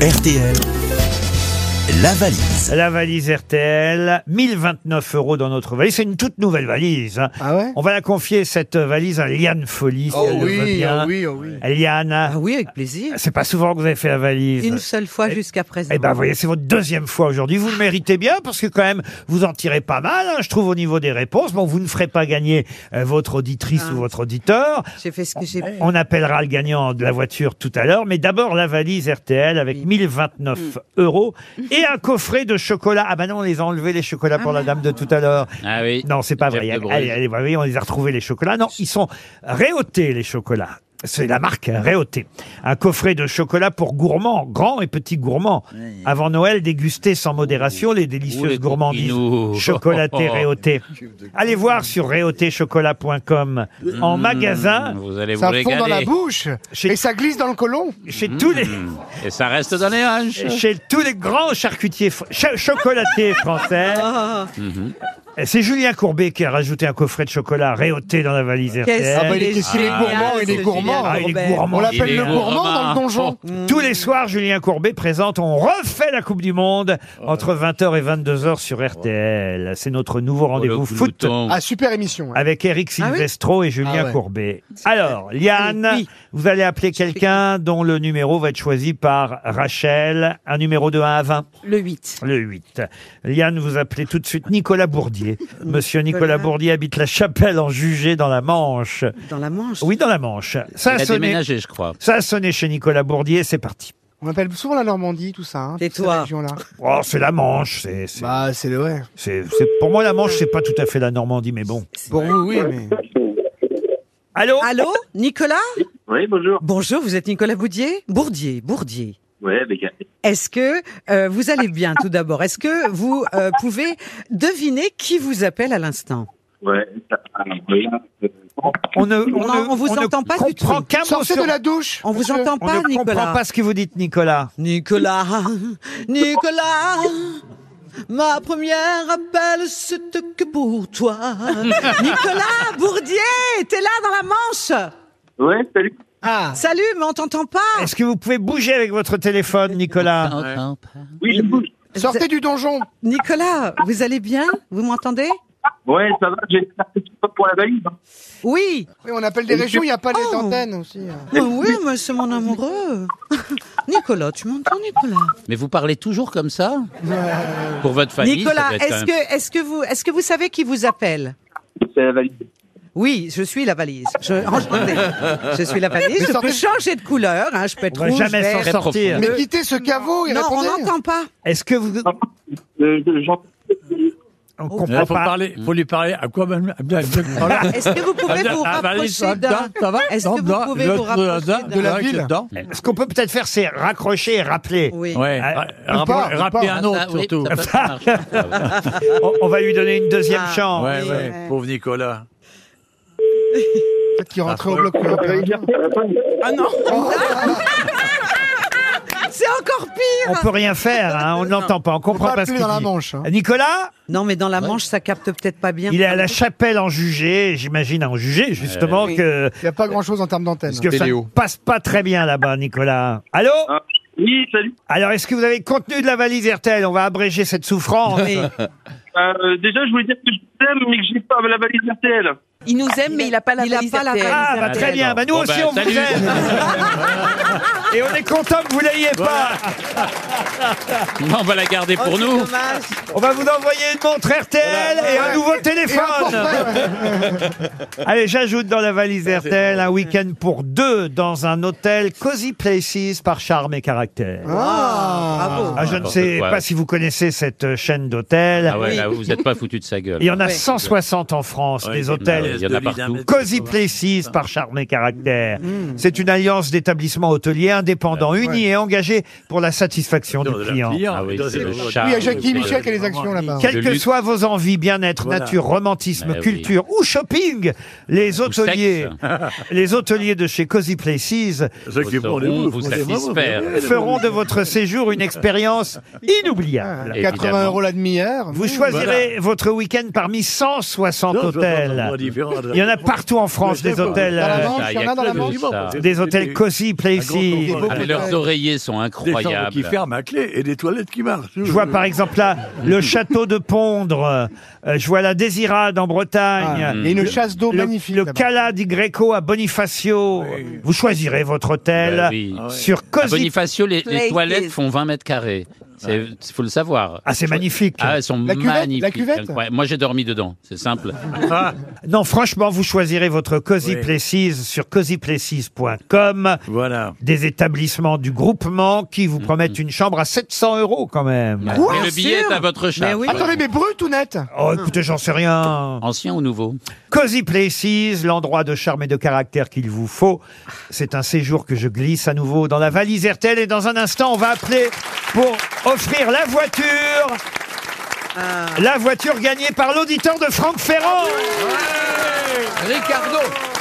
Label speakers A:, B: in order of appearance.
A: RTL, la valise.
B: La valise RTL, 1029 euros dans notre valise. C'est une toute nouvelle valise. hein.
C: Ah ouais
B: On va la confier, cette valise, à Liane Folly, si elle le veut bien.
C: oui.
B: Liane,
D: Ah oui, avec plaisir.
B: c'est pas souvent que vous avez fait la valise.
D: Une seule fois jusqu'à présent.
B: Eh ben, vous voyez, c'est votre deuxième fois aujourd'hui. Vous le méritez bien parce que quand même, vous en tirez pas mal, hein, je trouve, au niveau des réponses. Bon, vous ne ferez pas gagner euh, votre auditrice
D: Ah.
B: ou votre auditeur.
D: J'ai fait ce que j'ai pu.
B: On appellera le gagnant de la voiture tout à l'heure, mais d'abord la valise RTL avec 1029 euros et un coffret de chocolat. Ah bah non, on les a enlevés les chocolats pour la dame de tout à l'heure.
E: Ah oui.
B: Non, c'est pas
E: Jeff
B: vrai.
E: de Bruges.
B: Allez, allez, vous voyez, on les a retrouvés les chocolats. Non, ils sont réautés les chocolats. C'est la marque Réauté. Un coffret de chocolat pour gourmands, grands et petits gourmands. Avant Noël, dégustez sans modération les délicieuses
E: Ouh, les
B: gourmandises
E: coquinous.
B: chocolatées Réauté. Allez voir sur réautéchocolat.com en magasin.
E: Mm, Vous allez
C: Ça
E: vous
C: fond dans la
E: régaler.
C: bouche
B: Chez-
C: et ça glisse dans le colon.
B: chez tous les
D: Mmh.
E: Et ça reste dans les hanches.
B: chez tous les grands charcutiers fr- cha- chocolatiers français. Mmh.
D: Ah,
B: Et C'est Julien Courbet qui a rajouté un coffret de chocolat réauté dans la valise
D: qu'est-ce
B: RTL.
C: Ah bah, il est-
D: qu'il
C: il est
D: génial,
C: gourmand, il est
D: ce
C: gourmand.
D: Julien
B: Ah, il est
D: Courbet. Mmh.
B: gourmand.
C: On l'appelle
E: est
C: le gourmand
E: gourmand.
C: dans le donjon.
B: Tous les soirs, Julien Courbet présente On refait la Coupe du Monde entre 20h et 22h sur RTL. C'est notre
D: Oh,
B: nouveau rendez-vous
E: le
B: foot
E: mouton.
C: Ah, super émission. hein.
B: avec Eric
D: Ah oui
B: Silvestro et Julien
C: Ah ouais.
B: Courbet. Alors, Liane,
D: Allez, oui.
B: vous allez appeler quelqu'un dont le numéro va être choisi par Rachel, un numéro de 1 à 20.
D: Le 8.
B: Le 8. Liane, vous appelez tout de suite Nicolas Bourdier. Monsieur Nicolas
D: Euh, Nicolas.
B: Bourdier habite la chapelle en jugé dans la Manche.
D: Dans la manche.
B: Oui, dans la Manche. Ça
E: Il
B: a
E: a
B: sonné,
E: déménagé, je crois.
B: ça a sonné chez Nicolas Bourdier, c'est parti.
C: On appelle souvent la Normandie, tout ça. Hein,
D: Et
C: toute cette
D: toi
C: région-là.
B: Oh, c'est la Manche. C'est, c'est,
C: Bah, c'est le ouais.
B: c'est- c'est- pour moi, la Manche, c'est pas tout à fait la Normandie, mais bon.
C: Pour vous, oui, mais.
B: Allô?
D: Allô, Nicolas
F: Oui, bonjour.
D: Bonjour, vous êtes Nicolas Boudier Bourdier, Bourdier.
F: Ouais, les gars.
D: Est-ce que euh, vous allez bien tout d'abord Est-ce que vous euh, pouvez deviner qui vous appelle à l'instant
F: Ouais, ça Ah, regarde.
B: On ne,
D: On en-
B: ne-
D: on vous
B: ne
D: entend pas du
B: comprend
D: tout.
B: qu'un mot
C: Sortez
B: Ah, sur-
C: de la douche.
D: On vous
C: monsieur.
D: entend
B: On
D: pas,
B: ne comprend
D: Nicolas
B: pas ce que vous dites, Nicolas.
D: Nicolas, Nicolas, ma première appel, c'était que pour toi. Nicolas Bourdier, t'es là dans la manche.
F: Ouais, salut.
C: Ah,
D: Salut, mais on t'entend pas.
B: Est-ce que vous pouvez bouger avec votre téléphone, Nicolas?
F: Oui, je bouge.
C: sortez du donjon.
D: Nicolas, vous allez bien Vous m'entendez
F: Ouais, ça va, j'ai pas pour la valise. hein.
D: Oui.
C: Oui, on appelle des régions, il n'y a pas les
D: Oh.
C: antennes aussi. hein.
D: Mais oui, mais c'est mon amoureux. Nicolas, tu m'entends, Nicolas
E: Mais vous parlez toujours comme ça Pour votre famille, ça
D: Nicolas,
E: doit être
D: est-ce
E: quand même-
D: que, est-ce que vous, est-ce que vous savez qui vous appelle
F: C'est la valise.
D: Oui, je suis la valise. Je, enchantée. je suis la valise. Je peux
C: sortez-
D: changer de couleur. hein, Je peux être
B: On va
D: rouge,
B: jamais
D: vert.
B: s'en
E: très
B: sortir.
C: Mais
D: Le-
C: quittez ce caveau et
D: Non, on
C: répondez.
D: n'entend pas.
B: Est-ce que vous,
F: Euh, je- j'en-
B: on
G: Il
B: comprend
G: faut,
B: pas?
G: parler, faut lui parler à quoi même
E: Ah,
G: bien, bien,
E: bah,
G: voilà.
D: Est-ce que vous pouvez vous
G: Ah, bah, allez,
D: rapprocher
G: ça va,
D: d'un
G: ça va
D: Est-ce
G: Non,
D: que
G: non,
D: vous pouvez
G: le-
D: vous rapprocher
G: le-
D: d'un
C: de la
G: le-
C: ville.
G: dedans.
B: Ce qu'on peut peut-être faire, c'est raccrocher et rappeler.
D: Oui.
G: Ouais,
B: Ah,
G: ra-
C: ou
G: rappel-
C: pas, ou
G: rappeler
C: pas.
G: un autre
E: Ah, oui,
G: surtout.
E: ça peut pas marcher.
B: On, on va lui donner une deuxième
D: Ah.
B: chance.
G: Ouais,
D: Oui, ouais.
G: ouais, pauvre Nicolas.
C: Peut-être qu'il rentrait au bloc. opératoire.
D: Ah non Ah, C'est encore pire
B: On peut rien faire, hein, on n'entend pas, on
C: On
B: comprend
C: va
B: pas ce
C: appeler
B: qu'il
C: dans la
B: dit.
C: manche. hein.
B: Nicolas,
D: Non, mais dans la manche, ça capte peut-être pas bien. Ah,
B: il est à la chapelle en jugé, j'imagine en jugé justement
D: oui.
B: que,
C: Il n'y a pas grand-chose en termes d'antenne.
B: parce que ça ne passe pas très bien là-bas, Nicolas. Allô
F: Ah. Oui, salut.
B: Alors, est-ce que vous avez le contenu de la valise RTL On va abréger cette souffrance. Ah, bah,
F: Euh, déjà, je voulais dire que je t'aime, mais que j'ai pas la valise RTL.
H: Il nous aime, mais il n'a pas la
D: Il a
H: valise
D: pas la
H: RTL.
B: Ah, bah, très
E: Allez,
B: bien,
E: alors.
B: bah, nous
E: Bon,
B: aussi
E: bah,
B: on vous
E: salut.
B: aime. Et on est content que vous l'ayez pas.
E: On va la garder
C: Ah,
E: pour
B: Oh,
E: nous.
D: Dommage.
B: On va vous envoyer une montre RTL et un nouveau
C: Et un
B: téléphone.
C: portrait, ouais.
B: Allez, j'ajoute dans la valise RTL un week-end pour deux dans un hôtel Cozy Places par charme et caractère.
C: Ah.
D: Bravo.
B: Ah, je ne sais
E: Ouais.
B: pas si vous connaissez cette euh, chaîne d'hôtels.
E: Ah ouais,
D: Oui.
E: là, vous n'êtes pas foutu de sa gueule.
B: Il y en a
D: Ouais.
B: 160 en France, des hôtels.
E: il y en a partout.
B: Cozy Places par charme et caractère.
D: Mm.
B: C'est une alliance d'établissements hôteliers indépendants, unis et engagés pour la satisfaction du client.
E: Ah oui, c'est le
G: Oui,
E: charme.
C: Oui, il y a Jackie
E: C'est le-
C: Michel qui a les actions là-bas.
B: Quelles
E: de
B: que
E: lutte.
B: soient vos envies, bien-être,
G: Ah, Voilà.
B: nature, romantisme,
E: Bah oui.
B: culture ou shopping, les hôteliers, les hôteliers de chez Cozy Places
G: Ceux qui font les
E: Vous
G: ouf,
E: vous
G: on les voit,
E: satisfaire.
G: vous voyez, les
B: feront de votre séjour une expérience inoubliable.
E: Et-
C: 80
E: Évidemment.
C: euros la demi-heure. mmh.
B: Vous choisirez votre week-end parmi 160
G: Non, je vois pas, on
B: hôtels.
G: voit différent.
B: Il y en a partout en France, des hôtels,
E: Ah,
C: Dans la
B: euh,
C: Manche, il y en a dans la Manche.
B: des hôtels cosy,
G: Des
B: placy.
G: beaux-
E: Ah, mais leurs oreillers sont
G: Des chambres
E: incroyables.
G: qui ferment à clé et des toilettes qui marchent.
B: Je vois par exemple là le château de Pondre, euh, euh, je vois la Désirade en Bretagne.
C: Ah, Il y a une chasse d'eau
B: Le,
C: magnifique.
B: le
C: là-bas.
B: Cala di Greco à Bonifacio. Vous choisirez votre hôtel
E: Bah oui.
B: sur
E: À
B: Cosy.
E: Bonifacio, les, les
D: Place
E: toilettes
D: is-
E: font 20 mètres carrés. Il faut le savoir.
B: Ah, c'est magnifique.
E: Ah, elles sont
C: La cuvette, la
E: magnifiques.
C: cuvette
E: Ouais, moi, j'ai dormi dedans, c'est simple.
B: Non, franchement, vous choisirez votre Cosy
G: Oui.
B: Places sur cosyplaces.com.
G: Voilà.
B: Des établissements du groupement qui
E: Mm-hmm.
B: vous promettent une chambre à 700 euros quand même.
E: Mais le billet est à votre charge.
D: oui.
C: Attendez, mais brut ou net
B: Oh, écoutez, j'en sais rien.
E: Ancien ou nouveau
B: Cozy Places, l'endroit de charme et de caractère qu'il vous faut. C'est un séjour que je glisse à nouveau dans la valise RTL et dans un instant, on va appeler pour offrir la voiture. La voiture gagnée par l'auditeur de Franck Ferrand.
E: Ricardo